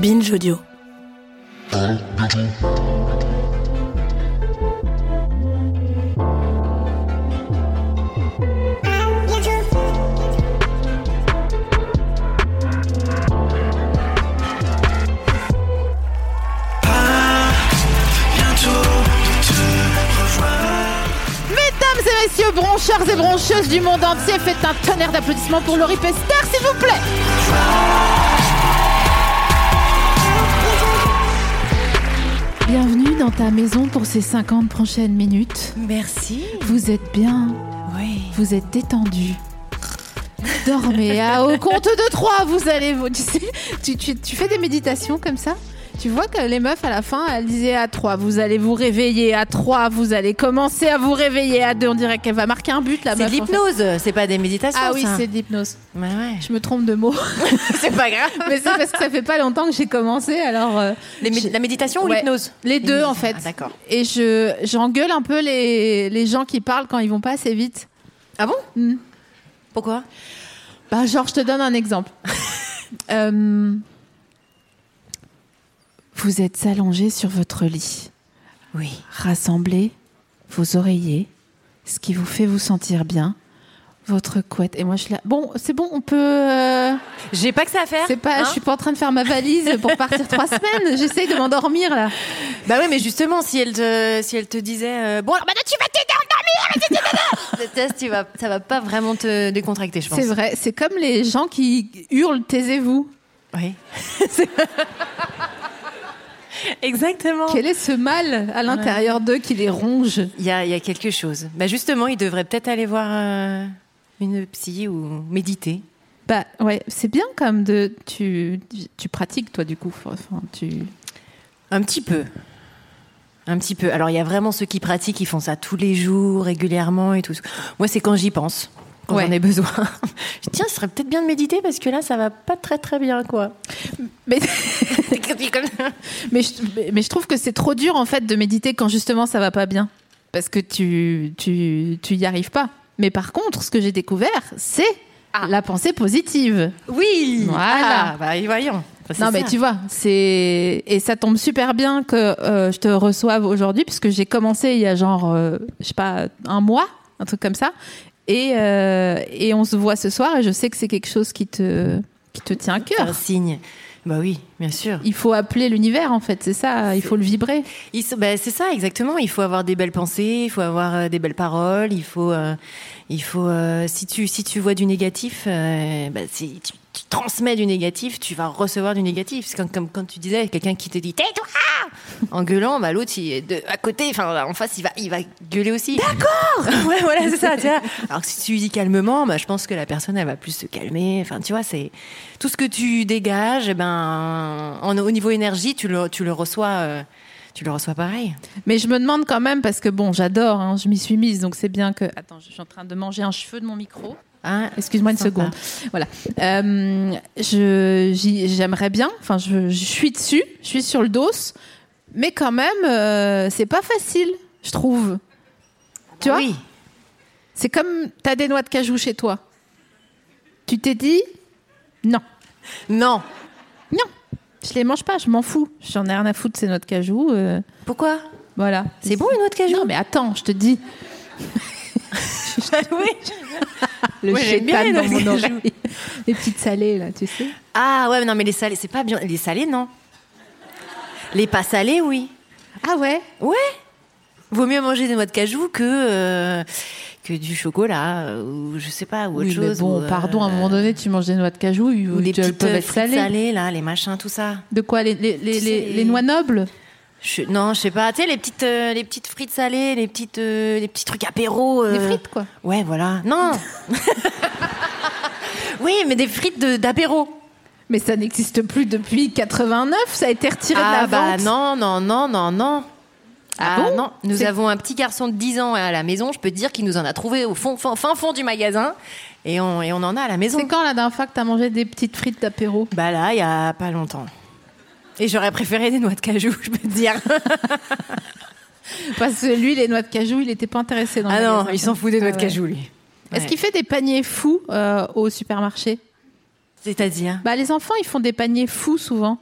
Binge Audio. Mesdames et messieurs, broncheurs et broncheuses du monde entier, faites un tonnerre d'applaudissements pour Laurie Pester, s'il vous plaît. Bienvenue dans ta maison pour ces 50 prochaines minutes. Merci. Vous êtes bien, Oui. vous êtes détendu. Dormez Ah, à- au compte de 3, vous allez. vous- tu sais, tu, tu- tu fais des méditations comme ça tu vois que les meufs à la fin, elles disaient à 3, vous allez vous réveiller à 3, vous allez commencer à vous réveiller à 2. On dirait qu'elle va marquer un but la C'est meuf. de en fait. l'hypnose, c'est pas des méditations. Ah oui, ça. c'est de l'hypnose. Ouais, ouais. Je me trompe de mots. c'est pas grave. Mais c'est parce que ça fait pas longtemps que j'ai commencé, alors euh, Les mé- J'ai- La méditation ou Ouais. l'hypnose les deux en fait. Ah, d'accord. Et je j'engueule un peu les, les gens qui parlent quand ils vont pas assez vite. Ah bon Hmm. Pourquoi Bah genre je te donne un exemple. Euh, vous êtes allongé sur votre lit, Oui. rassemblez vos oreillers, ce qui vous fait vous sentir bien, votre couette. Et moi je suis là. Bon, c'est bon, on peut. euh, J'ai pas que ça à faire. C'est pas, hein je suis pas en train de faire ma valise pour partir trois semaines. J'essaye de m'endormir là. Bah oui, mais justement, si elle te, si elle te disait euh, bon, alors bah, maintenant tu vas t'aider à dormir. vas-y, t'aider. tu vas, ça va pas vraiment te décontracter, je pense. C'est vrai, c'est comme les gens qui hurlent taisez-vous. Oui. C'est- Exactement. Quel est ce mal à l'intérieur d'eux qui les ronge Il y a, il y a quelque chose. Bah justement, il devrait peut-être aller voir euh, une psy ou méditer. Bah ouais, c'est bien comme de tu tu pratiques toi du coup, enfin tu Un petit peu. Un petit peu. Alors, il y a vraiment ceux qui pratiquent, ils font ça tous les jours, régulièrement et tout. Moi, c'est quand j'y pense, quand Ouais. j'en ai besoin. Je dis, tiens, ce serait peut-être bien de méditer parce que là, ça va pas très très bien, quoi. mais Comme ça. mais je, mais- mais je trouve que c'est trop dur en fait de méditer quand justement ça va pas bien parce que tu tu tu y arrives pas. Mais par contre, ce que j'ai découvert, c'est la pensée positive. oui Voilà. Ah, bah, y voyons. C'est Non, mais ça. tu vois, c'est et ça tombe super bien que euh, je te reçoive aujourd'hui puisque j'ai commencé il y a genre euh, je sais pas un mois, un truc comme ça, et euh, et on se voit ce soir et je sais que c'est quelque chose qui te qui te tient à C'est un cœur. signe. Bah oui, bien sûr. Il faut appeler l'univers en fait, c'est ça, il faut le vibrer. Ils sont- bah, c'est ça, exactement. Il faut avoir des belles pensées, il faut avoir euh, des belles paroles, il faut, euh, il faut. euh, si tu, si tu vois du négatif, euh, bah, si tu, tu transmets du négatif, tu vas recevoir du négatif. C'est comme, comme quand tu disais quelqu'un qui te dit tais-toi en gueulant, bah, l'autre il est de, à côté, enfin en face, il va, il va gueuler aussi. D'accord. ouais, voilà, c'est ça. tu vois. Alors que si tu lui dis calmement, bah, je pense que la personne elle va plus se calmer. Enfin, tu vois, c'est tout ce que tu dégages, eh ben, en- au niveau énergie, tu le, tu le reçois. euh, tu le reçois pareil. Mais je me demande quand même parce que bon, j'adore, hein, je m'y suis mise donc c'est bien que. Attends, je suis en train de manger un cheveu de mon micro. Hein Excuse-moi une Sympa. seconde. Voilà. Euh, je- j'y- J'aimerais bien. Enfin, je, je suis dessus. Je suis sur le dos. Mais quand même, euh, c'est pas facile, je trouve. Tu vois Oui. C'est comme t'as des noix de cajou chez toi. Tu t'es dit non, Non. non, je les mange pas. Je m'en fous. J'en ai rien à foutre de ces noix de cajou. euh, Pourquoi voilà. C'est bon une noix de cajou Non, mais attends, je te dis. Oui. Le Ouais, j'aime bien chétan les dans noix de mon cajou. oreille. Les petites salées là, tu sais. Ah ouais, mais non, mais les salés, c'est pas bien. Les salés, non. Les pas salés, oui. Ah ouais. Ouais. Vaut mieux manger des noix de cajou que euh, que du chocolat euh, ou je sais pas ou autre Oui, mais chose. bon, ou, euh, pardon, à un moment donné, tu manges des noix de cajou, Ou ou les elles petites peuvent euh, être frites salées. salées là, les machins, tout ça. De quoi les, les, les, Tu les- sais, les noix nobles Je- non, je sais pas. Tu sais, les petites, euh, les petites frites salées, les petites, euh, les petits trucs apéro. euh, Des frites, quoi. Ouais, voilà. Non. oui, mais des frites de- d'apéro. Mais ça n'existe plus depuis 89, ça a été retiré Ah de la bah vente. non, non, non, non, non. Ah bon non, nous C'est- avons un petit garçon de 10 ans à la maison. Je peux te dire qu'il nous en a trouvé au fond, fin, fin fond du magasin, et on, et on en a à la maison. C'est quand la dernière fois que t'as mangé des petites frites d'apéro Bah là, il y a pas longtemps. Et j'aurais préféré des noix de cajou, je peux te dire. Parce que lui, les noix de cajou, il était pas intéressé Ah dans le magasin. fout des noix de cajou, lui. Est-ce qu'il fait des paniers fous euh, au supermarché C'est-à-dire Bah, les enfants, ils font des paniers fous souvent.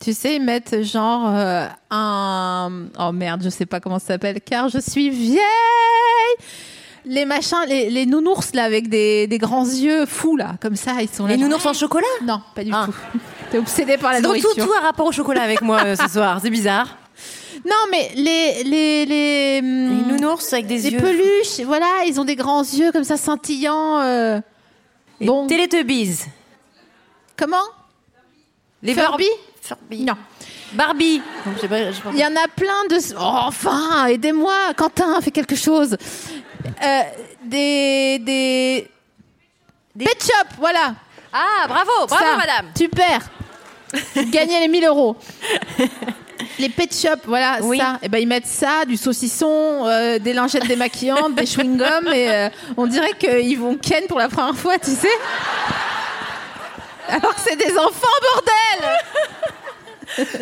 Tu sais, ils mettent genre euh, un. Oh merde, je sais pas comment ça s'appelle, car je suis vieille Les machins, les, les nounours là, avec des, des grands yeux fous là, comme ça, ils sont là. Bah, Les genre, nounours en chocolat Non, pas du Ah. tout. T'es obsédé par la Donc tout, nourriture. tout a rapport au chocolat avec moi euh, ce soir, c'est bizarre. Non, mais les. Les, les, Mm. Les hum, nounours avec des les yeux. peluches, voilà, ils ont des grands yeux comme ça scintillants. euh. Les Bon, Teletubbies. comment Les Furby Furby. Non. Barbie. Donc, je sais pas, je sais pas. Il y en a plein de. Oh, enfin, aidez-moi, Quentin, fais quelque chose. Euh, des, des. Pet Shop, voilà. Ah, bravo, bravo ça. madame. Super. Gagnez les 1000 euros. Les pet shop, voilà Oui. ça. Et ben ils mettent ça, du saucisson, euh, des lingettes démaquillantes, des chewing gums et euh, on dirait qu'ils vont ken pour la première fois, tu sais. Alors que c'est des enfants, bordel.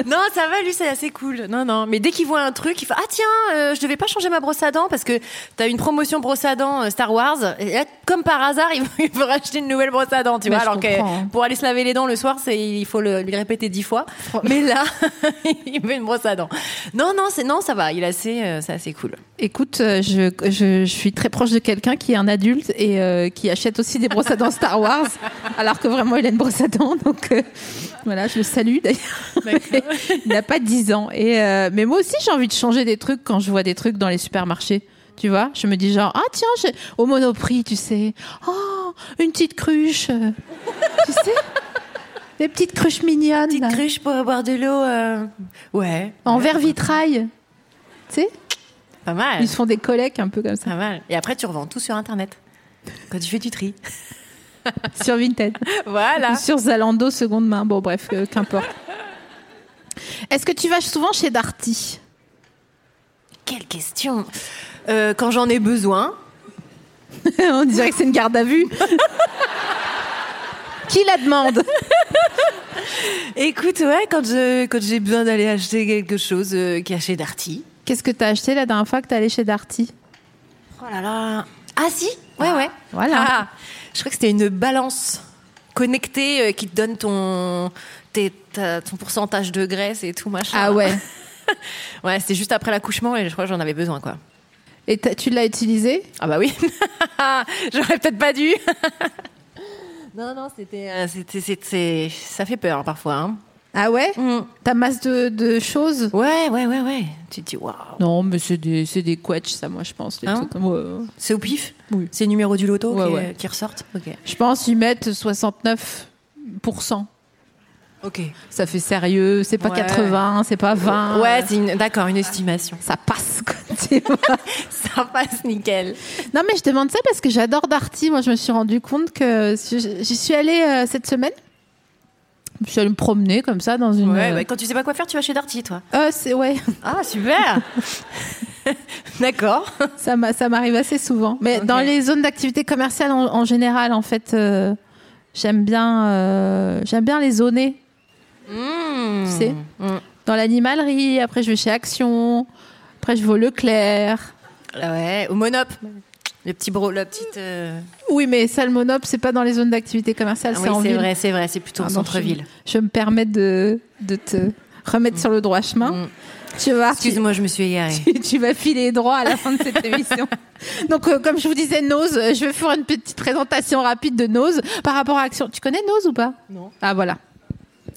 Non, ça va, lui, c'est assez cool. Non, non. Mais dès qu'il voit un truc, il fait Ah, tiens, euh, je devais pas changer ma brosse à dents parce que t'as une promotion brosse à dents euh, Star Wars. Et là, comme par hasard, il veut, il veut racheter une nouvelle brosse à dents, tu Mais vois. je Alors que comprends, hein. pour aller se laver les dents le soir, c'est il faut le, lui répéter dix fois. Mais là, il veut une brosse à dents. Non, non, c'est non, ça va. Il est assez, euh, c'est assez cool. Écoute, euh, je, je, je suis très proche de quelqu'un qui est un adulte et euh, qui achète aussi des brosses à dents Star Wars, alors que vraiment il a une brosse à dents. Donc euh, voilà, je le salue d'ailleurs. il n'a pas 10 ans. Et, euh, mais moi aussi j'ai envie de changer des trucs quand je vois des trucs dans les supermarchés. Tu vois, je me dis genre, ah tiens, j'ai- au monoprix, tu sais, oh, une petite cruche. euh, tu sais, des petites cruches mignonnes. Petite là, cruche pour boire de l'eau. euh, Ouais. en verre vitrail. Tu sais, Pas mal. ils se font des collègues un peu comme ça, Pas mal. Et après, tu revends tout sur Internet. Quand tu fais du tri. Ah sur Vinted. Voilà. Ou sur Zalando seconde main. Bon, bref, euh, qu'importe. Est-ce que tu vas souvent chez Darty Quelle question Euh, Quand j'en ai besoin. On dirait que c'est une garde à vue. Qui la demande Écoute, ouais, quand je- quand j'ai besoin d'aller acheter quelque chose euh, qui est chez Darty. Qu'est-ce que t'as acheté la dernière fois que t'es allé chez Darty Oh là là. Ah si Ouais, ouais. voilà. Ah, je crois que c'était une balance connectée euh, qui te donne ton, tes- ta- ton pourcentage de graisse et tout machin. Ah ouais. Ouais, c'était juste après l'accouchement et je crois que j'en avais besoin, quoi. Et t'as- tu l'as utilisé Ah bah oui. J'aurais peut-être pas dû. non, non, c'était... euh, c'était- c'était- Ça fait peur parfois. hein. Ah ouais Mm. Ta masse de, de choses Ouais, ouais, ouais, ouais. Tu te dis, waouh. Non, mais c'est des, c'est des quetchs, ça, moi, je pense. les Ah trucs. Ouais, ouais. C'est au pif Oui. C'est le numéro du loto Ouais, qui, ouais. qui ressortent Ok. Je pense qu'ils mettent 69%. Ok. Ça fait sérieux, c'est pas Ouais. 80, c'est pas 20. Ouais, c'est une... d'accord, une estimation. ça passe, quoi, tu vois. Ça passe nickel. Non, mais je demande ça parce que j'adore Darty. Moi, je me suis rendu compte que si- j'y suis allée euh, cette semaine. Je suis allée me promener comme ça dans une. Ouais, euh, bah, quand tu sais pas quoi faire, tu vas chez Darty, toi. euh, c'est ouais, Ah, super D'accord. ça m'a- ça m'arrive assez souvent. Mais Ok. dans les zones d'activité commerciale en, en général, en fait, euh, j'aime bien euh, j'aime bien les zoner. Mmh. Tu sais. Dans l'animalerie, après je vais chez Action, après je vais au Leclerc. Ah Ouais, au monop. Le petit bro, la petite. euh, Oui, mais ça, le monop, c'est pas dans les zones d'activité commerciale, ah c'est en oui, c'est Ah, ville. vrai, c'est vrai, c'est plutôt en Pardon, centre-ville. Je, je me permets de, de te remettre sur le droit chemin. Mm. Tu vas, tu, Excuse-moi, je me suis égarée. tu- tu vas filer droit à la fin de cette émission. Donc, euh, comme je vous disais, Nose, euh, je vais faire une petite présentation rapide de Nose par rapport à Action. Tu connais Nose ou pas Non. Ah, voilà.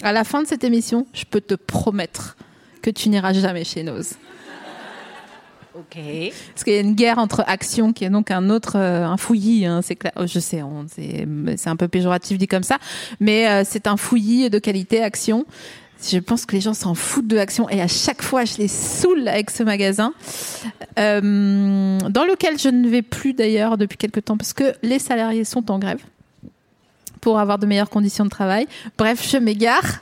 À la fin de cette émission, je peux te promettre que tu n'iras jamais chez Nose. Ok. Parce qu'il y a une guerre entre Action, qui est donc un autre, euh, un fouillis, hein, c'est clair. Oh, je sais, on- c'est c'est un peu péjoratif dit comme ça, mais euh, c'est un fouillis de qualité Action. Je pense que les gens s'en foutent de Action et à chaque fois, je les saoule avec ce magasin, euh, dans lequel je ne vais plus d'ailleurs depuis quelques temps parce que les salariés sont en grève pour avoir de meilleures conditions de travail. Bref, je m'égare.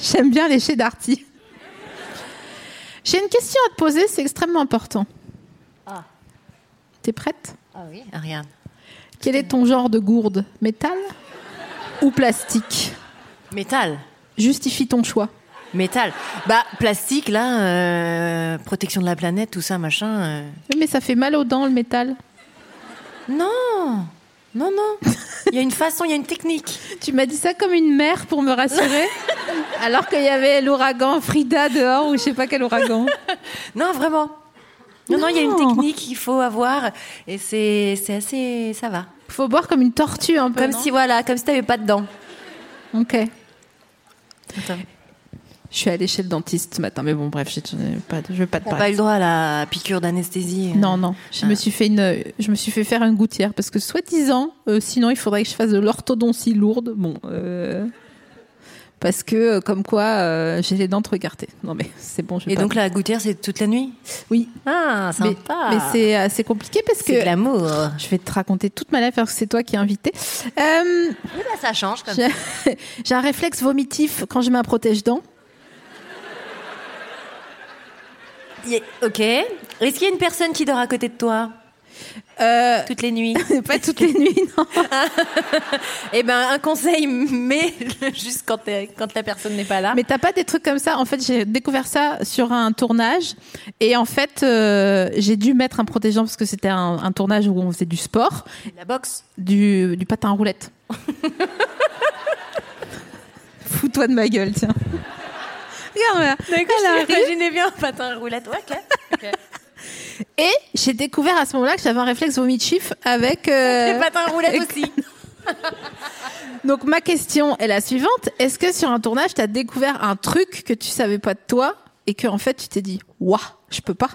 J'aime bien les chez Darty. J'ai une question à te poser, c'est extrêmement important. Ah. T'es prête Ah oui Ariane. Quel est ton genre de gourde Métal ou plastique Métal. Justifie ton choix. Métal. Bah, plastique, là, euh, protection de la planète, tout ça, machin. euh. Oui, Mais ça fait mal aux dents le métal. Non Non, non Il y a une façon, il y a une technique. Tu m'as dit ça comme une mère pour me rassurer, alors qu'il y avait l'ouragan Frida dehors ou je sais pas quel ouragan. Non, vraiment. Non, non, il y a une Non. technique qu'il faut avoir. Et c'est c'est assez. Ça va. Faut boire comme une tortue un peu. Comme non si, voilà, comme si t'avais pas de dents. Ok. Attends. Je suis allée chez le dentiste ce matin, mais bon, bref, j'ai- je n'ai pas, de- je veux pas te T'as parler. pas eu le droit à la piqûre d'anesthésie euh. Non, non. Je me Ah. suis fait une, je me suis fait faire une gouttière parce que soi-disant, euh, sinon il faudrait que je fasse de l'orthodontie lourde. Bon, euh, parce que euh, comme quoi, euh, j'ai les dents trop écartées. Non mais c'est bon. Je vais Et pas- donc, la gouttière, c'est toute la nuit oui. Ah, Mais, sympa mais c'est assez compliqué parce que C'est glamour. je vais te raconter toute ma life parce que c'est toi qui es invité. Euh, Oui, bah, ça change comme j'ai j'ai un réflexe vomitif quand je mets un protège-dents. Yeah, Ok. Est-ce qu'il y a une personne qui dort à côté de toi Euh, toutes les nuits pas toutes les nuits, non. Eh ben, un conseil, mais juste quand, t'es- quand la personne n'est pas là. Mais t'as pas des trucs comme ça En fait, j'ai découvert ça sur un tournage. Et en fait, euh, j'ai dû mettre un protégeant parce que c'était un, un tournage où on faisait du sport, la boxe. du, du patin à roulette. Fous-toi de ma gueule, tiens. Regarde, voilà. Elle arrive. Imaginez bien un patin à roulette. Ouais, ok. Et j'ai découvert à ce moment-là que j'avais un réflexe vomitif avec. euh, Les patins à roulette avec- aussi. Donc ma question est la suivante est-ce que sur un tournage, t'as découvert un truc que tu savais pas de toi et que en fait tu t'es dit, waouh, je peux pas.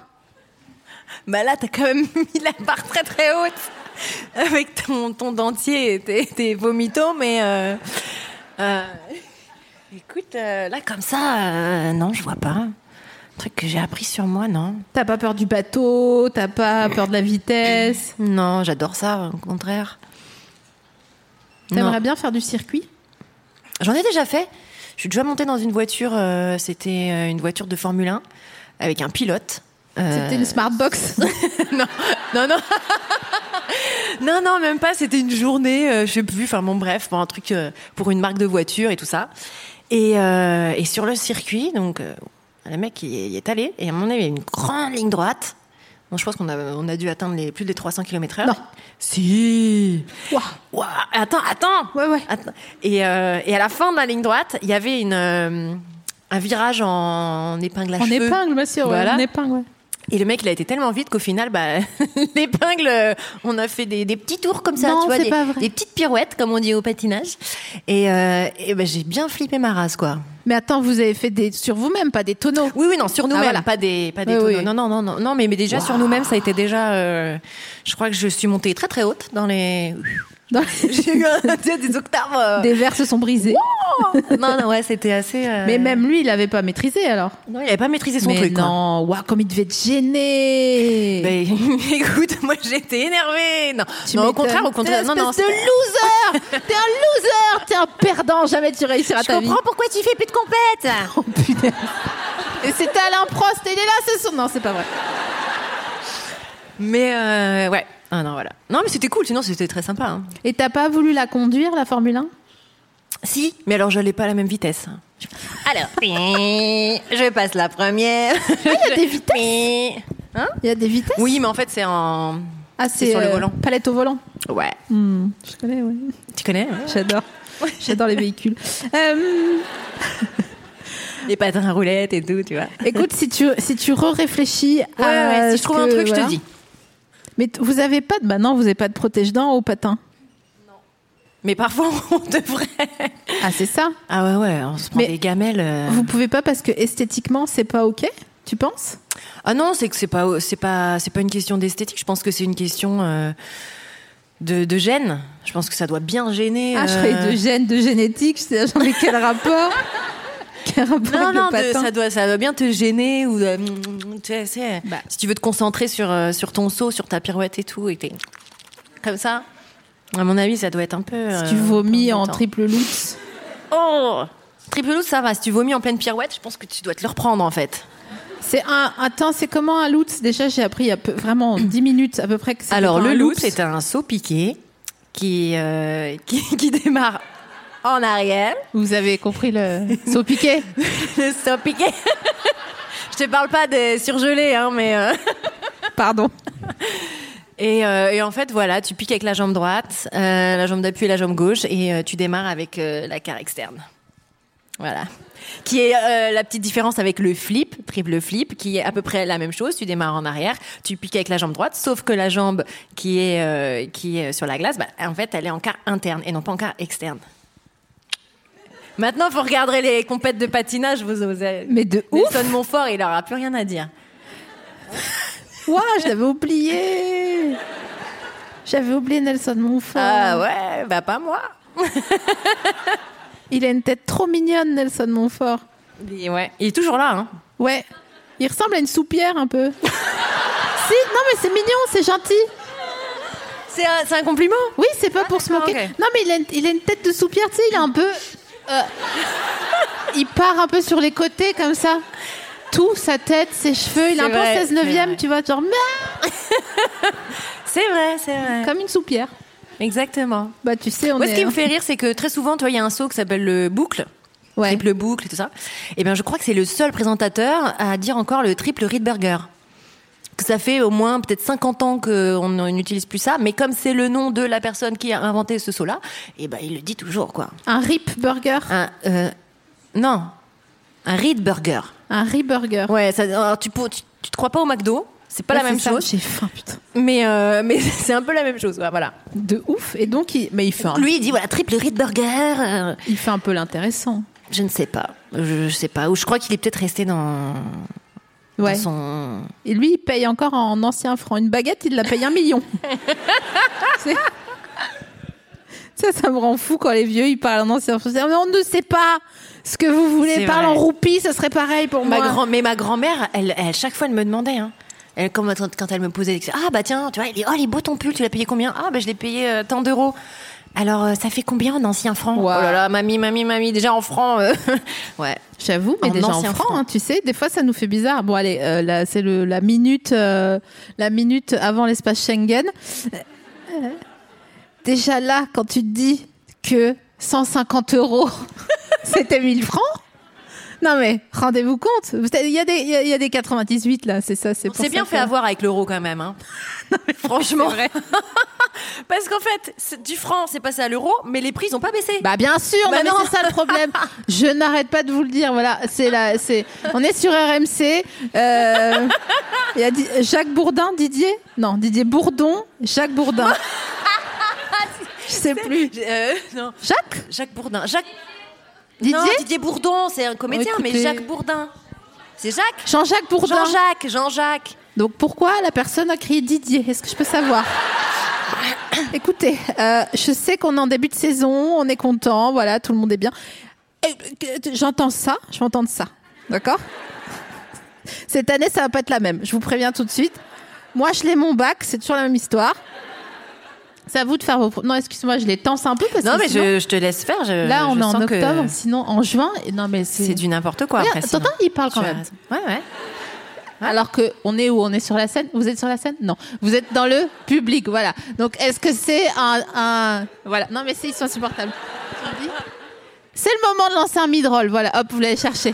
Bah là, t'as quand même mis la barre très très haute avec ton, ton dentier et tes, tes vomitos, mais. euh, euh, écoute, euh, là, comme ça, euh, non, je vois pas. Un truc que j'ai appris sur moi, non. T'as pas peur du bateau, t'as pas peur de la vitesse. Non, j'adore ça, au contraire. T'aimerais Non. bien faire du circuit J'en ai déjà fait. Je suis déjà montée dans une voiture, euh, c'était euh, une voiture de Formule 1 avec un pilote. Euh, C'était une smartbox. non, non, non. non, non, même pas. C'était une journée, euh, je sais plus, enfin bon, bref, pour un truc euh, pour une marque de voiture et tout ça. Et, euh, et sur le circuit, donc, euh, le mec il, il est allé et à mon avis, il y a une grande ligne droite. Bon, je pense qu'on a, on a dû atteindre les, plus des 300 km/h. Non. Si. Waouh. Ouah, attends, attends. Ouais, ouais. Attends. Et, euh, et à la fin de la ligne droite, il y avait une, euh, un virage en épingle à En cheveux. épingle, bien sûr. ouais, Voilà. En épingle, ouais. Et le mec, il a été tellement vite qu'au final, bah, l'épingle, euh, on a fait des, des petits tours comme ça, Non, tu vois, c'est des, pas vrai. des petites pirouettes, comme on dit au patinage. Et, euh, et bah, j'ai bien flippé ma race, quoi. Mais attends, vous avez fait des sur vous-même, pas des tonneaux. Oui, oui, non, sur nous-mêmes, Ah, voilà. pas des, pas des Oui, oui. tonneaux. Non, non, non, non, non, mais, mais déjà sur nous-mêmes, ça a été déjà. euh, je crois que je suis montée très très haute dans les. Dans- j'ai eu un- tu sais, des octaves. euh, des verres se sont brisés. Non, non, ouais, c'était assez. euh, Mais même lui, il avait pas maîtrisé alors. Non, il avait pas maîtrisé son Mais truc. quoi. non, waouh, comme il devait être gêné. Ben, écoute, moi j'étais énervée. Non, Tu non au m'étonnes. contraire, au contraire. T'es Non, une non, espèce c'était- de loser. T'es un loser. T'es un perdant. Jamais tu réussiras Je ta vie. comprends pourquoi tu fais plus de compète. Oh, punaise. Et c'était Alain Prost. Il est là ce soir. Non, c'est pas vrai. Mais euh, ouais. Ah non, voilà. Non, mais c'était cool, sinon c'était très sympa. hein. Et t'as pas voulu la conduire, la Formule 1 Si, mais alors je n'allais pas à la même vitesse. Alors, je passe la première. Il y a des vitesses. Hein Il y a des vitesses. Oui, mais en fait, c'est en. Ah, c'est sur le volant. Palette au volant. Ouais. Je connais, oui. Tu connais hein J'adore. J'adore les véhicules. Euh, Les patins à roulettes et tout, tu vois. écoute, si tu, si tu re-réfléchis Ouais, à ouais, si ce je trouve un que- truc, je voilà. te dis. Mais t- vous avez pas de. Bah non, vous avez pas de protège-dents au patin. Mais parfois, on devrait. Ah, c'est ça Ah ouais, ouais, on se prend Mais- des gamelles. euh. Vous pouvez pas parce que esthétiquement, c'est pas OK Tu penses Ah non, c'est que c'est pas c'est pas c'est pas une question d'esthétique. Je pense que c'est une question euh, de, de gêne. Je pense que ça doit bien gêner. Ah, je euh, croyais de gènes, de génétique. Je sais jamais quel rapport. aucun rapport Non, avec non, le de- patin. ça, doit, ça doit bien te gêner ou euh, tu sais, c'est- Bah. si tu veux te concentrer sur, euh, sur ton saut, sur ta pirouette et tout, et que t'es comme ça. À mon avis, ça doit être un peu. euh, Si tu vomis un peu en embêtant. triple loot. Oh Triple loot, ça va. Si tu vomis en pleine pirouette, je pense que tu dois te le reprendre en fait. C'est un. Attends, c'est comment un loot Déjà, j'ai appris il y a peu- vraiment 10 minutes à peu près que c'était Alors, pas le un loop, c'est un saut piqué qui, euh, qui, qui démarre en arrière. Vous avez compris le saut piqué Le saut piqué. Je te parle pas des surgelés, hein, mais. euh, Pardon. Et, euh, et en fait, voilà, tu piques avec la jambe droite, euh, la jambe d'appui et la jambe gauche, et euh, tu démarres avec euh, la carre externe. Voilà. Qui est euh, la petite différence avec le flip, triple flip, qui est à peu près la même chose. Tu démarres en arrière, tu piques avec la jambe droite, sauf que la jambe qui est, euh, qui est sur la glace, bah, en fait, elle est en carre interne et non pas en carre externe. Maintenant, vous regarderez les compètes de patinage, vous osez. Mais de ouf Nelson Montfort, il n'aura plus rien à dire. Ouah, je l'avais oublié J'avais oublié Nelson Montfort. Ah ouais, bah pas moi. Il a une tête trop mignonne, Nelson Montfort. Mais ouais, il est toujours là, hein. Ouais. Il ressemble à une soupière un peu. si, non mais c'est mignon, c'est gentil. C'est un, c'est un compliment Oui, c'est pas pour se Ah, d'accord, moquer. ok. Non mais il a, une, il a une tête de soupière, tu sais, il est un peu... euh, il part un peu sur les côtés comme ça. Tout, sa tête, ses cheveux, il est C'est un peu vrai, 16 c'est 9 vrai. tu vois, genre merde, C'est vrai, c'est vrai. comme une soupière. Exactement. Bah tu sais, on Moi, est... ce qui me fait rire, c'est que très souvent, tu vois, il y a un saut qui s'appelle le boucle. Ouais. Triple boucle et tout ça. Et bien, je crois que c'est le seul présentateur à dire encore le triple Riedberger. Que ça fait au moins peut-être 50 ans qu'on n'utilise plus ça, mais comme c'est le nom de la personne qui a inventé ce saut-là, et ben il le dit toujours, quoi. Un rip burger. Un, euh, non, un Riedberger. Un rip burger. Ouais, ça, alors, tu, peux- tu, tu te crois pas au McDo, c'est pas Ouais, la même c'est ça, chose, J'ai faim, putain. mais, euh, mais c'est un peu la même chose, ouais, voilà. De ouf. Et donc, il... mais il fait un, Lui, il dit voilà, triple Reed Burger. euh, il fait un peu l'intéressant. je ne sais pas. Je, je sais pas. Ou je crois qu'il est peut-être resté dans, dans Ouais. son. Et lui, il paye encore en ancien franc. Une baguette, il la paye un million. C'est- ça, ça me rend fou quand les vieux, ils parlent en ancien franc. C'est- On ne sait pas ce que vous voulez. C'est Parle en vrai. roupie, ça serait pareil pour Ma moi. grand, mais ma grand-mère, elle, elle, chaque fois, elle me demandait. Hein. Elle, comme quand, quand elle me posait, elle disait, ah bah tiens, tu vois, il est, oh, il est beau ton pull, tu l'as payé combien Ah bah je l'ai payé euh, tant d'euros. Alors euh, ça fait combien en ancien franc Wow. Oh là là, mamie, mamie, mamie, déjà en francs. euh, ouais. J'avoue, mais En déjà en ancien franc, franc. hein, tu sais, des fois, ça nous fait bizarre. Bon, allez, euh, là, c'est le- la minute, euh, la minute avant l'espace Schengen. Euh, déjà là, quand tu te dis que 150 euros, c'était 1000 francs. Non mais rendez-vous compte, il y, a des- il y a- il y a des 98 là, c'est ça, c'est On pour s'est ça bien que- fait avoir avec l'euro quand même. Hein. Franchement. Parce qu'en fait, c'est- du franc, c'est passé à l'euro, mais les prix, ils ont pas baissé. Bah bien sûr, Bah non, mais non. c'est ça le problème. Je n'arrête pas de vous le dire. Voilà, c'est là, c'est. On est sur RMC. euh, Il y a Di- Jacques Bourdin, Didier. Non, Didier Bourdon, Jacques Bourdin. Je sais plus. Euh, non. Jacques, Jacques Bourdin. Jacques Didier, non, Didier Bourdon, c'est un comédien, Écoutez. mais Jacques Bourdin. C'est Jacques Jean-Jacques Bourdin. Jean-Jacques, Jean-Jacques. Donc pourquoi la personne a crié Didier Est-ce que je peux savoir Écoutez, euh, je sais qu'on est en début de saison, on est content, voilà, tout le monde est bien. Et, euh, J'entends ça, je vais entendre ça, d'accord Cette année, ça va pas être la même. Je vous préviens tout de suite. Moi, je l'ai mon bac, c'est toujours la même histoire. C'est à vous de faire vos. pro- Non, excuse-moi, je les tense un peu parce Non, que mais sinon- je, je te laisse faire. je- là, on je est en sens que octobre, sinon en juin. et Non, mais c'est. C'est du n'importe quoi. Regarde, après, sinon. T'entends, il parle quand Tu as même. raison. Ouais, ouais. Alors que on est où On est sur la scène Vous êtes sur la scène Non. Vous êtes dans le public, voilà. Donc est-ce que c'est un, un- Voilà. Non mais c'est ils sont insupportables. Tu me dis C'est le moment de lancer un mid-roll, voilà. Hop, vous l'avez cherché.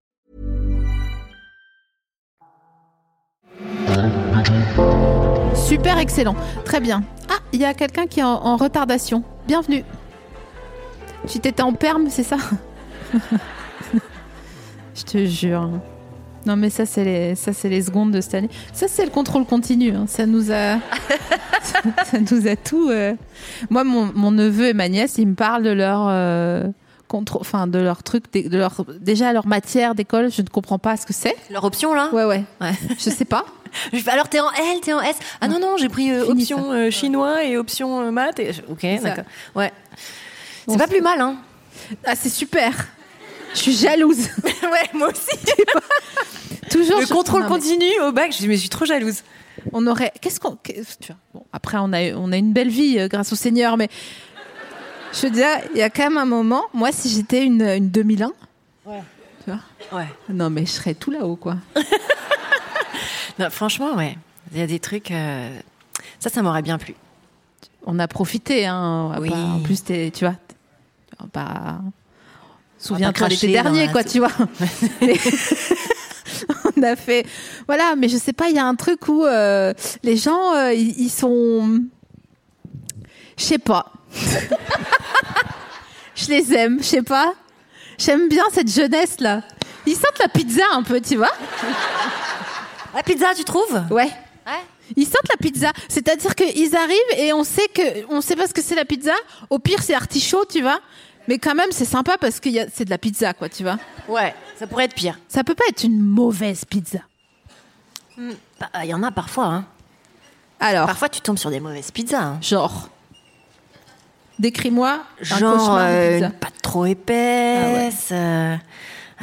Super excellent. Très bien. Ah, il y a quelqu'un qui est en, en retardation. Bienvenue. Tu t'étais en perme, c'est ça Je te jure. Non mais ça c'est les ça c'est les secondes de cette année. Ça c'est le contrôle continu. hein. Ça nous a ça, ça nous a tout. euh. Moi mon, mon neveu et ma nièce ils me parlent de leur euh, contrô- enfin de leur truc de leur déjà leur matière d'école. Je ne comprends pas ce que c'est. Leur option là Ouais ouais. Ouais. Je sais pas. Je fais, Alors t'es en L, t'es en S. Ah non non, j'ai pris euh, Fini, option euh, chinois et option euh, maths. et je- Ok, ça. d'accord. Ouais. On C'est pas se- plus mal hein. Ah c'est super. Je suis jalouse. ouais, moi aussi. Toujours Le je- contrôle Non, mais- continu au bac, je dis mais je suis trop jalouse. on aurait qu'est-ce qu'on qu'est-ce- tu vois, bon, après on a on a une belle vie euh, grâce au Seigneur mais je veux dire il y a quand même un moment moi si j'étais une, une 2001 tu vois Ouais. non mais je serais tout là-haut quoi Non, franchement, ouais. Il y a des trucs. euh, Ça, ça m'aurait bien plu. on a profité hein on va Oui. pas- en plus t'es- tu vois t'es- on va pas pas souviens-toi l'été cracher dans dernier la quoi soupe. tu vois Mais- on a fait voilà mais je sais pas il y a un truc où euh, les gens euh, ils ils sont je sais pas je les aime je sais pas j'aime bien cette jeunesse là ils sentent la pizza un peu tu vois La pizza, tu trouves Ouais. Ils sentent la pizza, c'est-à-dire qu'ils arrivent et on sait que on sait pas ce que c'est la pizza. Au pire, c'est artichaut, tu vois. Mais quand même, c'est sympa parce que c'est de la pizza, quoi, tu vois. Ouais. Ça pourrait être pire. Ça peut pas être une mauvaise pizza. Bah, Il y en a parfois. Hein. Alors, Parfois, tu tombes sur des mauvaises pizzas. hein. genre, décris-moi un Genre cauchemar de euh, pizza. Ah une pâte trop épaisse, euh,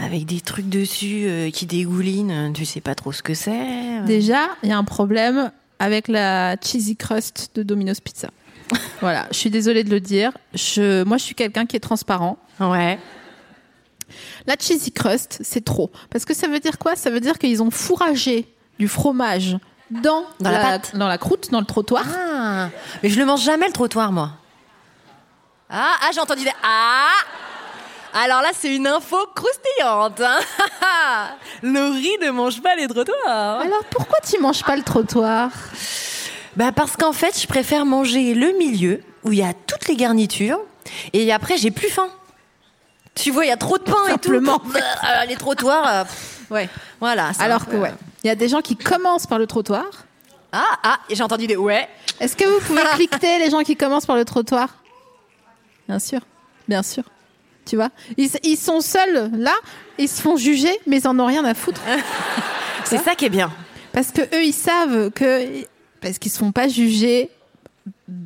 avec des trucs dessus euh, qui dégoulinent. euh, Tu sais pas trop ce que c'est. Déjà, il y a un problème avec la cheesy crust de Domino's Pizza. voilà, je suis désolée de le dire. Je, moi, je suis quelqu'un qui est transparent. Ouais. La cheesy crust, c'est trop. Parce que ça veut dire quoi Ça veut dire qu'ils ont fourragé du fromage dans, Dans la pâte. dans la croûte, dans le trottoir. Ah, mais je le mange jamais le trottoir, moi. Ah, ah, j'ai entendu des ah. Alors là, c'est une info croustillante. hein. le riz ne mange pas les trottoirs. Alors pourquoi tu manges pas le trottoir Bah parce qu'en fait, je préfère manger le milieu où il y a toutes les garnitures et après j'ai plus faim. Tu vois, il y a trop de pain Simplement. et tout. Euh, les trottoirs, euh, pff, Ouais. voilà. c'est un Alors que peu- euh, ouais, il y a des gens qui commencent par le trottoir. Ah ah, j'ai entendu des ouais. Est-ce que vous pouvez cliqueter les gens qui commencent par le trottoir Bien sûr, bien sûr. Tu vois, ils, ils sont seuls là, ils se font juger, mais ils en ont rien à foutre. C'est ça qui est bien. Parce que eux, ils savent que parce qu'ils se font pas juger. euh,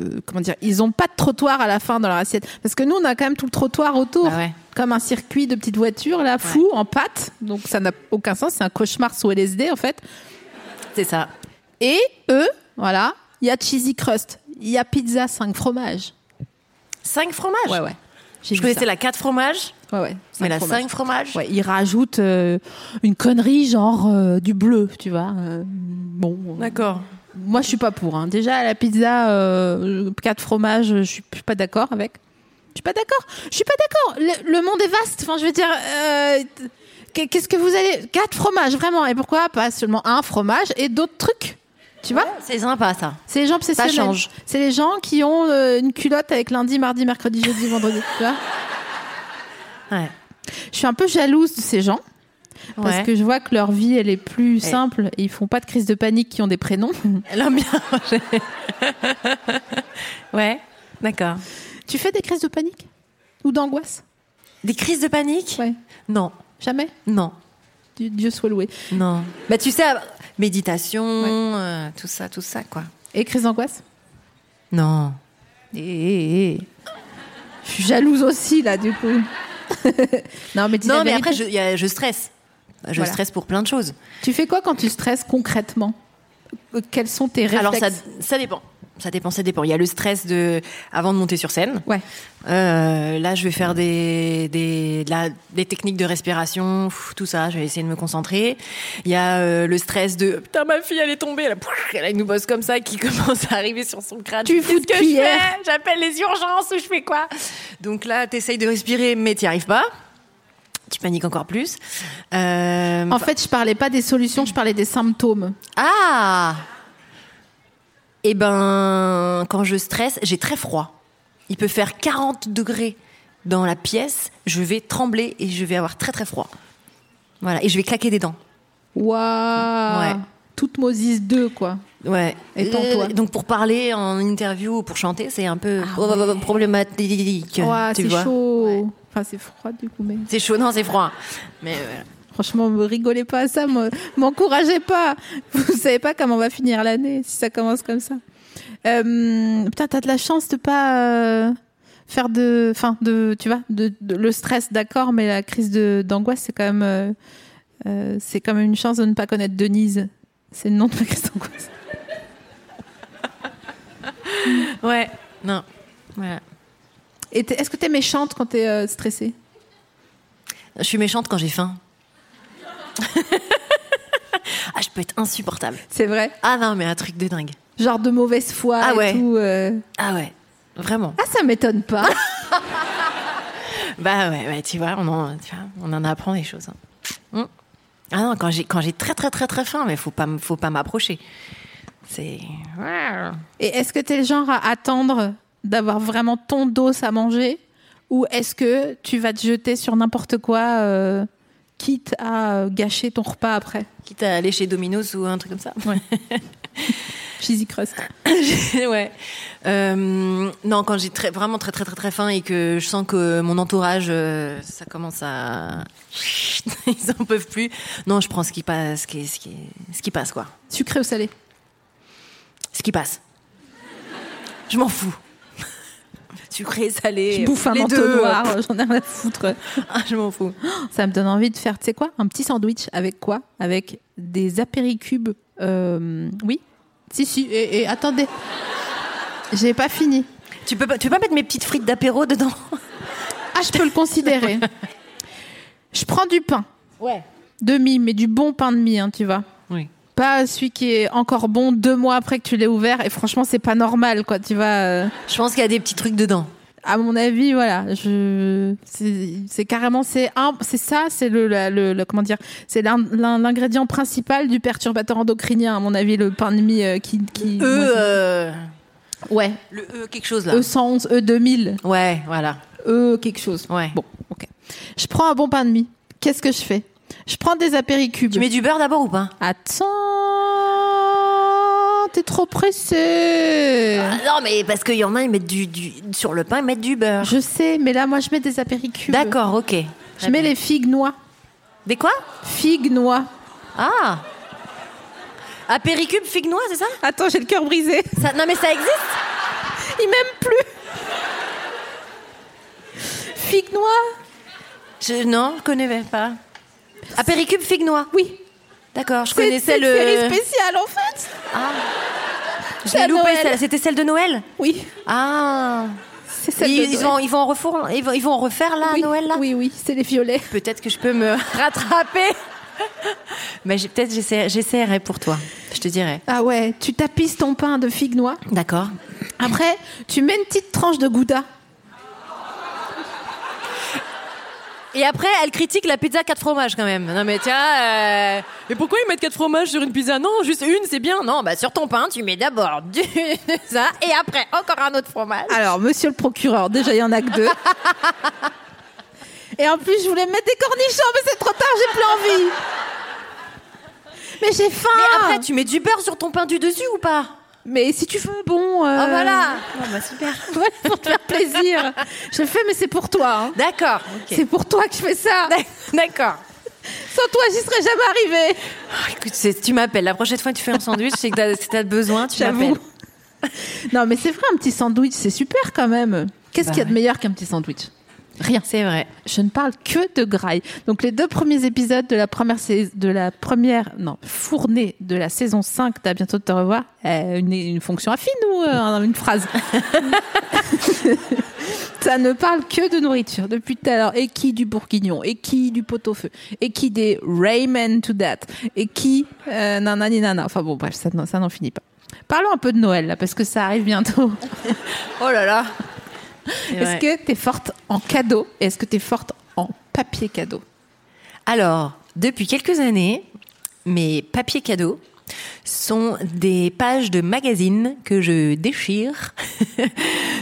euh, comment dire Ils ont pas de trottoir à la fin dans leur assiette. Parce que nous, on a quand même tout le trottoir autour, Bah ouais. comme un circuit de petites voitures là, fou, en pâte. Donc ça n'a aucun sens. C'est un cauchemar sous LSD en fait. C'est ça. Et eux, voilà, il y a cheesy crust, il y a pizza 5 fromages. Cinq fromages. Ouais ouais. J'ai Je vu connaissais ça. la 4 fromages, Ouais ouais. mais cinq la fromages. 5 fromages. Ouais, ils rajoutent euh, une connerie genre euh, du bleu, tu vois. euh, bon. euh, D'accord. Moi, je suis pas pour. hein. Déjà, la pizza, euh, quatre fromages, je suis je suis pas d'accord avec. Je suis pas d'accord. Je suis pas d'accord. Le, le monde est vaste. Enfin, je veux dire, euh, qu'est- qu'est-ce que vous allez Quatre fromages, vraiment. Et pourquoi pas seulement un fromage et d'autres trucs Tu vois C'est sympa ça. C'est les gens obsessionnels. change. C'est les gens qui ont euh, une culotte avec lundi, mardi, mercredi, jeudi, vendredi. Tu vois Ouais. je suis un peu jalouse de ces gens. Parce Ouais. que je vois que leur vie, elle est plus simple. Ils font pas de crise de panique qui ont des prénoms. Elle aime bien manger. ouais. D'accord. tu fais des crises de panique Ou d'angoisse Des crises de panique Ouais. Non, Jamais non, Dieu, Dieu soit loué. non. Bah tu sais, euh, méditation, euh, tout ça, tout ça quoi. Eh, Et crise d'angoisse Non. Je suis jalouse aussi, là, du coup. non, mais dis Non, la mais vérité. après je, y a- je stresse. Je Voilà. stresse pour plein de choses. Tu fais quoi quand tu stresses concrètement Euh, Quels sont tes réflexes Alors ça, ça dépend. Ça dépend, ça dépend. Il y a le stress de avant de monter sur scène. Ouais. Euh, là, je vais faire des, des, de la- des techniques de respiration, pff, tout ça. Je vais essayer de me concentrer. Il y a euh, le stress de putain, ma fille, elle est tombée. Elle, a- pouf, elle a une bosse comme ça qui commence à arriver sur son crâne. Tu fous de Qu'est-ce que je cuillère. fais J'appelle les urgences ou je fais quoi Donc là, t'essayes de respirer, mais t'y arrives pas. Tu paniques encore plus. Euh, En fait, je parlais pas des solutions, je parlais des symptômes. ah Eh ben, quand je stresse, j'ai très froid. Il peut faire 40 degrés dans la pièce, je vais trembler et je vais avoir très très froid. Voilà, et je vais claquer des dents. Waouh Ouais. Toute Moses 2, quoi. Ouais. Et tends-toi. Euh, donc pour parler en interview ou pour chanter, c'est un peu euh, Ah ouais. problématique. Ouah, tu c'est vois. chaud. Ouais. Enfin, c'est froid du coup, mais. C'est chaud, non, c'est froid. Mais euh, voilà. Franchement, me rigolez pas à ça, me- m'encouragez pas. Vous savez pas comment on va finir l'année si ça commence comme ça. Euh, putain, t'as de la chance de pas euh, faire de, enfin, de, tu vois, de, de- le stress, d'accord, mais la crise de d'angoisse, c'est quand même, euh, euh, c'est quand même une chance de ne pas connaître Denise. C'est le nom de ma crise d'angoisse. Ouais, non. Voilà. Et t'es- est-ce que t'es méchante quand t'es euh, stressée Je suis méchante quand j'ai faim. ah, je peux être insupportable. C'est vrai, Ah non, mais un truc de dingue. genre de mauvaise foi Ah et ouais. tout. euh. Ah ouais, vraiment. Ah, ça m'étonne pas. Bah ouais, ouais, tu vois, on en, tu vois, on en apprend des choses. hein. Hum. Ah non, quand j'ai quand j'ai très très très très faim, mais faut pas m- faut pas m'approcher. C'est Et est-ce que tu es le genre à attendre d'avoir vraiment ton dos à manger ou est-ce que tu vas te jeter sur n'importe quoi, euh, quitte à euh, gâcher ton repas après quitte à aller chez Domino's ou un truc comme ça. Cheesy crust. ouais. Euh, non, quand j'ai très, vraiment très très très très faim et que je sens que mon entourage, euh, ça commence à, ils en peuvent plus. Non, je prends ce qui passe, ce qui, ce qui, ce qui passe quoi, Sucré ou salé ce qui passe. Je m'en fous. Sucré, salé. Je bouffe un les manteau deux. noir, j'en ai rien à foutre. Ah, je m'en fous. Ça me donne envie de faire, tu sais quoi, un petit sandwich avec quoi Avec des apéricubes. euh, oui Si, si, et, et attendez. J'ai pas fini. Tu peux pas, tu peux pas mettre mes petites frites d'apéro dedans Ah, je peux le considérer. Je prends du pain. Ouais. Demi, mais du bon pain de mie, hein, tu vois. Oui. Pas celui qui est encore bon deux mois après que tu l'aies ouvert. Et franchement, c'est pas normal, quoi. Tu vas, euh, Je pense qu'il y a des petits trucs dedans. à mon avis, voilà. Je, c'est c'est carrément, c'est un, c'est ça, c'est le, la- le, le- comment dire, c'est l'in- l'in- l'ingrédient principal du perturbateur endocrinien, à mon avis, le pain de mie euh, qui, qui, E, euh, ouais, le E quelque chose là. E111, E2000, Ouais, voilà. E quelque chose. Ouais. Bon, ok. Je prends un bon pain de mie. Qu'est-ce que je fais Je prends des apéricubes. Tu mets du beurre d'abord ou pas Attends, t'es trop pressé. Ah Non, mais parce qu'il y en a, ils mettent du, du- sur le pain, ils mettent du beurre. Je sais, mais là, moi, je mets des apéricubes. D'accord, ok. Je mets les figues noix. Des quoi Figues noix. Ah Apéricube, figue noix, c'est ça, Attends, j'ai le cœur brisé. Ça- Non, mais ça existe Il m'aime plus. Figues noix je, Non, je connais pas. Apéricube, figue noix Oui. D'accord, je C'est une connaissais le. série spéciale, en fait. Je c'est à l'ai loupé, Noël. celle- c'était celle de Noël Oui. Ah C'est celle ils, de ils Noël. vont, ils, vont en refaire, ils, vont, ils vont en refaire là, oui. à Noël là Oui, oui, c'est les violets. Peut-être que je peux me rattraper. Mais j'ai- peut-être j'essaie- j'essaierai pour toi, je te dirai. Ah ouais, tu tapisses ton pain de figues noix. D'accord. Après, tu mets une petite tranche de gouda. Et après, elle critique la pizza 4 fromages quand même. Non mais tiens, euh... mais pourquoi ils mettent 4 fromages sur une pizza Non, juste une, c'est bien. Non, bah sur ton pain, tu mets d'abord du ça et après encore un autre fromage. Alors, monsieur le procureur, déjà, il y en a que deux. Et en plus, je voulais mettre des cornichons, mais c'est trop tard, j'ai plus envie. Mais j'ai faim. Mais après, tu mets du beurre sur ton pain du dessus ou pas Mais si tu veux, bon. euh, Oh voilà. Oh, bah super. voilà, pour te faire plaisir. Je le fais, mais c'est pour toi. hein. D'accord. ok. C'est pour toi que je fais ça. D'accord. Sans toi, j'y serais jamais arrivée. Oh, écoute, c'est- tu m'appelles. La prochaine fois que tu fais un sandwich, c'est que t'as- si t'as besoin, tu J'avoue. m'appelles. Non, mais c'est vrai, un petit sandwich, c'est super quand même. Qu'est-ce Bah qu'il y a de ouais. meilleur qu'un petit sandwich Rien. C'est vrai. Je ne parle que de graille. Donc les deux premiers épisodes de la première sais- de la première non fournée de la saison 5 d'à bientôt de te revoir euh, une, une fonction affine ou euh, une phrase. Ça ne parle que de nourriture depuis tout à l'heure. Et qui du bourguignon Et qui du pot-au-feu Et qui des Rayman to that Et qui euh, nanani nana. Enfin bon bref, ça, n'en- ça n'en finit pas. Parlons un peu de Noël là, parce que ça arrive bientôt. Oh là là. Est-ce que tu es forte en cadeau et est-ce que tu es forte en papier cadeau Alors, depuis quelques années, mes papiers cadeaux sont des pages de magazines que je déchire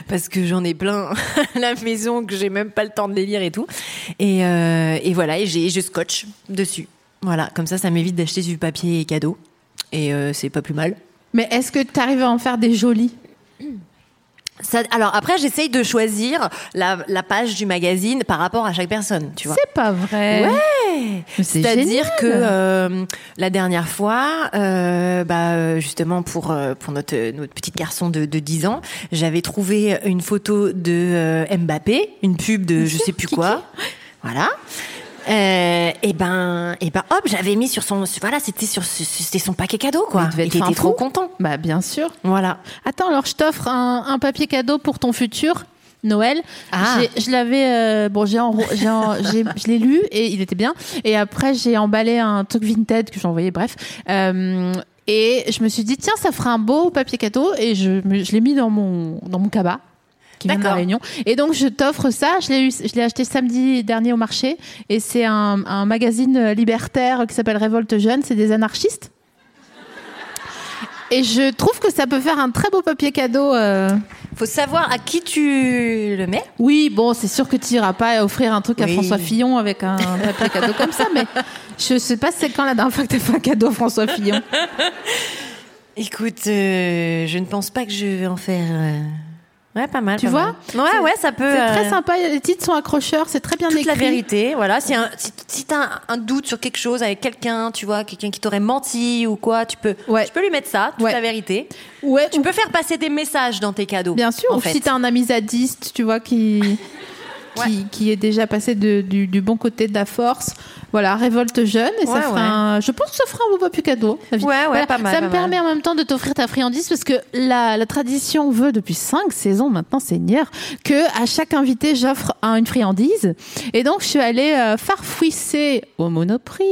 parce que j'en ai plein à la maison que j'ai même pas le temps de les lire et tout. Et, euh, et voilà, et j'ai- je scotch dessus. Voilà, comme ça, ça m'évite d'acheter du papier cadeau et euh, c'est pas plus mal. Mais est-ce que tu arrives à en faire des jolies Ça- alors après, j'essaye de choisir la, la page du magazine par rapport à chaque personne, tu vois. C'est pas vrai. Ouais. Mais c'est C'est-à-dire génial. que euh, la dernière fois, euh, bah, euh, justement pour euh, pour notre euh, notre petit garçon de, de 10 ans, j'avais trouvé une photo de euh, Mbappé, une pub de je sais plus quoi, voilà. Euh, et ben et ben hop, j'avais mis sur son voilà, c'était sur ce- c'était son paquet cadeau quoi. Il devait être était fin trop fou. content. Bah bien sûr. Voilà. Attends, alors je t'offre un, un papier cadeau pour ton futur Noël. Ah. J'ai- Je l'avais, euh, bon, j'ai, enro- j'ai en- j'ai- je l'ai lu et il était bien. Et après, j'ai emballé un truc Vinted que j'ai envoyé, bref. Euh, et je me suis dit, tiens, ça fera un beau papier cadeau et je, me- je l'ai mis dans mon, dans mon cabas. Qui vient de la D'accord. Réunion. Et donc, je t'offre ça. Je l'ai, eu- je l'ai acheté samedi dernier au marché. Et c'est un, un magazine euh, libertaire qui s'appelle Révolte Jeune. C'est des anarchistes. Et je trouve que ça peut faire un très beau papier cadeau. euh. Faut savoir à qui tu le mets. Oui, bon, c'est sûr que tu n'iras pas offrir un truc à Oui. François Fillon avec un papier cadeau comme ça, mais je sais pas c'est quand la dernière fois que t'as fait un cadeau à François Fillon. Écoute, euh, je ne pense pas que je vais en faire. euh, Ouais, pas mal. Tu pas vois mal. Ouais, ouais, ça peut. C'est très euh, sympa, les titres sont accrocheurs, c'est très bien Toute écrit. la vérité, voilà. Si, un- si, si t'as un, un doute sur quelque chose avec quelqu'un, tu vois, quelqu'un qui t'aurait menti ou quoi, tu peux, Ouais. tu peux lui mettre ça, toute Ouais. la vérité. Ouais, Tu ou- peux faire passer des messages dans tes cadeaux. bien sûr, en ou fait. si t'as un ami zadiste, tu vois, qui, qui, qui est déjà passé de- du, du bon côté de la force. Voilà, révolte jeune, et Ouais, ça fera ouais. un- je pense que ça fera un beau papier cadeau. la vie. Ouais, ouais, Voilà, pas mal, Ça pas me mal. permet en même temps de t'offrir ta friandise parce que la, la tradition veut depuis cinq saisons maintenant, Seigneur, que à chaque invité j'offre un- une friandise. Et donc je suis allée euh, farfouisser au Monoprix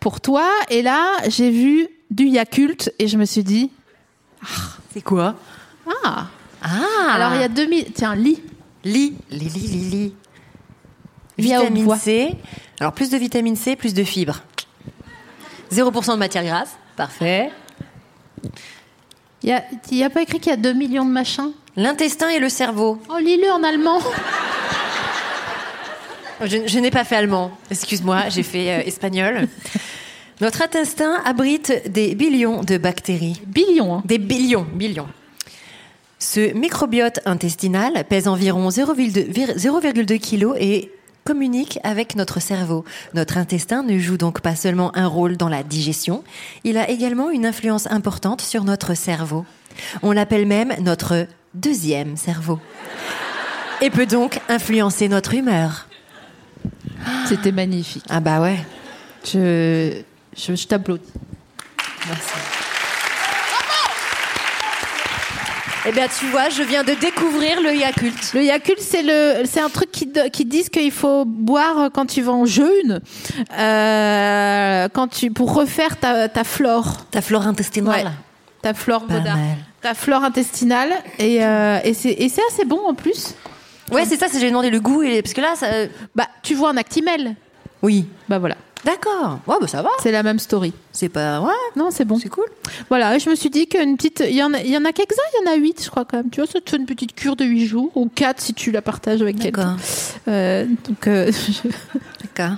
pour toi. Et là j'ai vu du Yakult et je me suis dit C'est quoi ah. Ah Alors il y a 2000 tiens lit. Lit, lit, lit, lit, lit. Via au Vitamine bois. C. Alors, plus de vitamine C, plus de fibres. 0% de matière grasse. Parfait. Il y a, il y a pas écrit qu'il y a 2 millions de machins. L'intestin et le cerveau. Oh lis-le en allemand. Je, je n'ai pas fait allemand. Excuse-moi, j'ai fait euh, espagnol. Notre intestin abrite des billions de bactéries. Billion. hein. Des billions, billions. Ce microbiote intestinal pèse environ 0,2 vir- 0,2 kg et communique avec notre cerveau. Notre intestin ne joue donc pas seulement un rôle dans la digestion, il a également une influence importante sur notre cerveau. On l'appelle même notre deuxième cerveau. Et peut donc influencer notre humeur. C'était magnifique. Ah bah ouais. Je je, je t'applaudis. Merci. Eh bien, tu vois, je viens de découvrir le Yakult. Le Yakult, c'est le, c'est un truc qui, do- qui disent qu'il faut boire quand tu vas en jeûne, euh, quand tu pour refaire ta, ta flore, Ta flore intestinale. ta flore Pas Godard. mal. ta flore intestinale et, euh, et c'est et c'est assez bon en plus. Ouais, c'est ça, c'est- j'ai demandé le goût. Et... Parce que là, ça... euh, Bah tu vois un Actimel, Oui. bah voilà, D'accord. Ouais, bah ça va. c'est la même story. C'est pas... Ouais, Non, c'est bon. c'est cool. Voilà, et je me suis dit qu'une petite, il y en a, il y en a quelques-uns, il y en a huit, je crois quand même. Tu vois, ça te fait une petite cure de huit jours ou quatre si tu la partages avec quelqu'un. D'accord. Euh, donc euh, je- D'accord.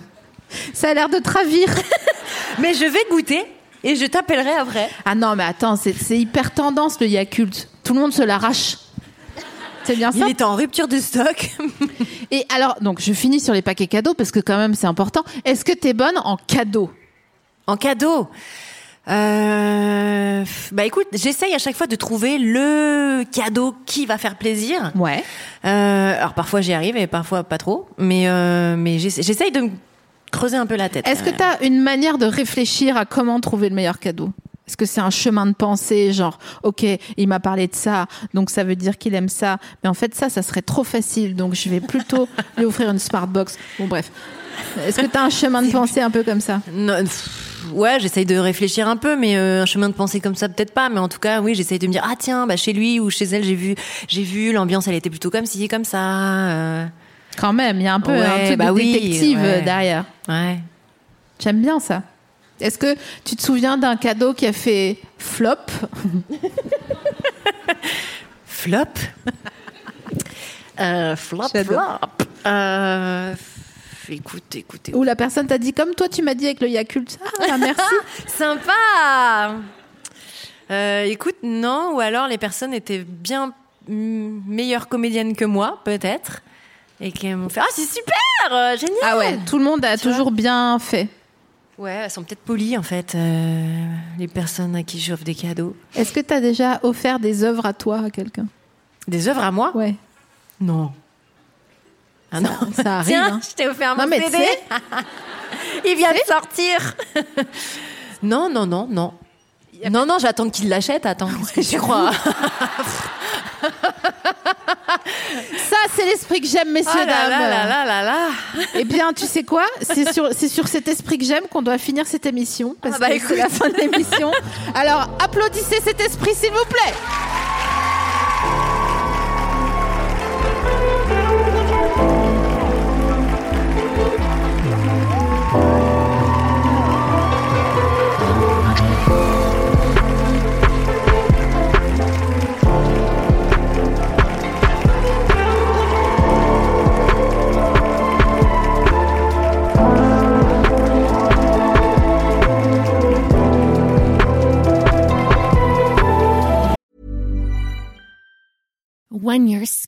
ça a l'air de travir. Mais je vais goûter et je t'appellerai après. Ah non, mais attends, c'est c'est hyper tendance le Yakult. Tout le monde se l'arrache. C'est bien Il ça. est en rupture de stock. Et alors, donc je finis sur les paquets cadeaux parce que quand même c'est important. Est-ce que t'es bonne en cadeaux En cadeau Euh, Bah écoute, j'essaye à chaque fois de trouver le cadeau qui va faire plaisir. Ouais. Euh, alors parfois j'y arrive et parfois pas trop, mais euh, mais j'essa- j'essaye de me creuser un peu la tête. Est-ce que t'as une manière de réfléchir à comment trouver le meilleur cadeau Est-ce que c'est un chemin de pensée, genre, ok, il m'a parlé de ça, donc ça veut dire qu'il aime ça, mais en fait ça, ça serait trop facile, donc je vais plutôt lui offrir une smartbox. Bon bref. Est-ce que t'as un chemin de pensée un peu comme ça Non, pff, ouais, j'essaye de réfléchir un peu, mais euh, un chemin de pensée comme ça peut-être pas. Mais en tout cas, oui, j'essaye de me dire ah tiens, bah chez lui ou chez elle, j'ai vu, j'ai vu l'ambiance, elle était plutôt comme ci, comme ça. euh, Quand même, il y a un peu un Ouais, truc bah de oui, détective ouais. derrière. ouais. J'aime bien ça. Est-ce que tu te souviens d'un cadeau qui a fait flop Flop Euh, Flop, flop. J'adore. Euh, écoute, écoute, écoute. Où la personne t'a dit comme toi tu m'as dit avec le Yakult Ah merci Sympa Euh, Écoute, non, ou alors les personnes étaient bien mm, meilleures comédiennes que moi, peut-être, et qu'elles m'ont fait Ah, c'est super euh, Génial Ah ouais, tout le monde a toujours bien fait. Ouais, elles sont peut-être polies, en fait, euh, les personnes à qui j'offre des cadeaux. Est-ce que t'as déjà offert des œuvres à toi à quelqu'un Des œuvres à moi Ouais, Non. Ah non ça arrive. Tiens, hein. je t'ai offert mon Non, mais tu CD. sais- Il vient de sortir. non, non, non, non. Non, non, j'attends qu'il l'achète, attends. Qu'est-ce que tu crois Ça c'est l'esprit que j'aime messieurs Ah là dames. là là là là là. Eh bien, tu sais quoi C'est sur, c'est sur cet esprit que j'aime qu'on doit finir cette émission. Parce Ah bah que écoute. c'est la fin de l'émission. Alors, applaudissez cet esprit, s'il vous plaît. When your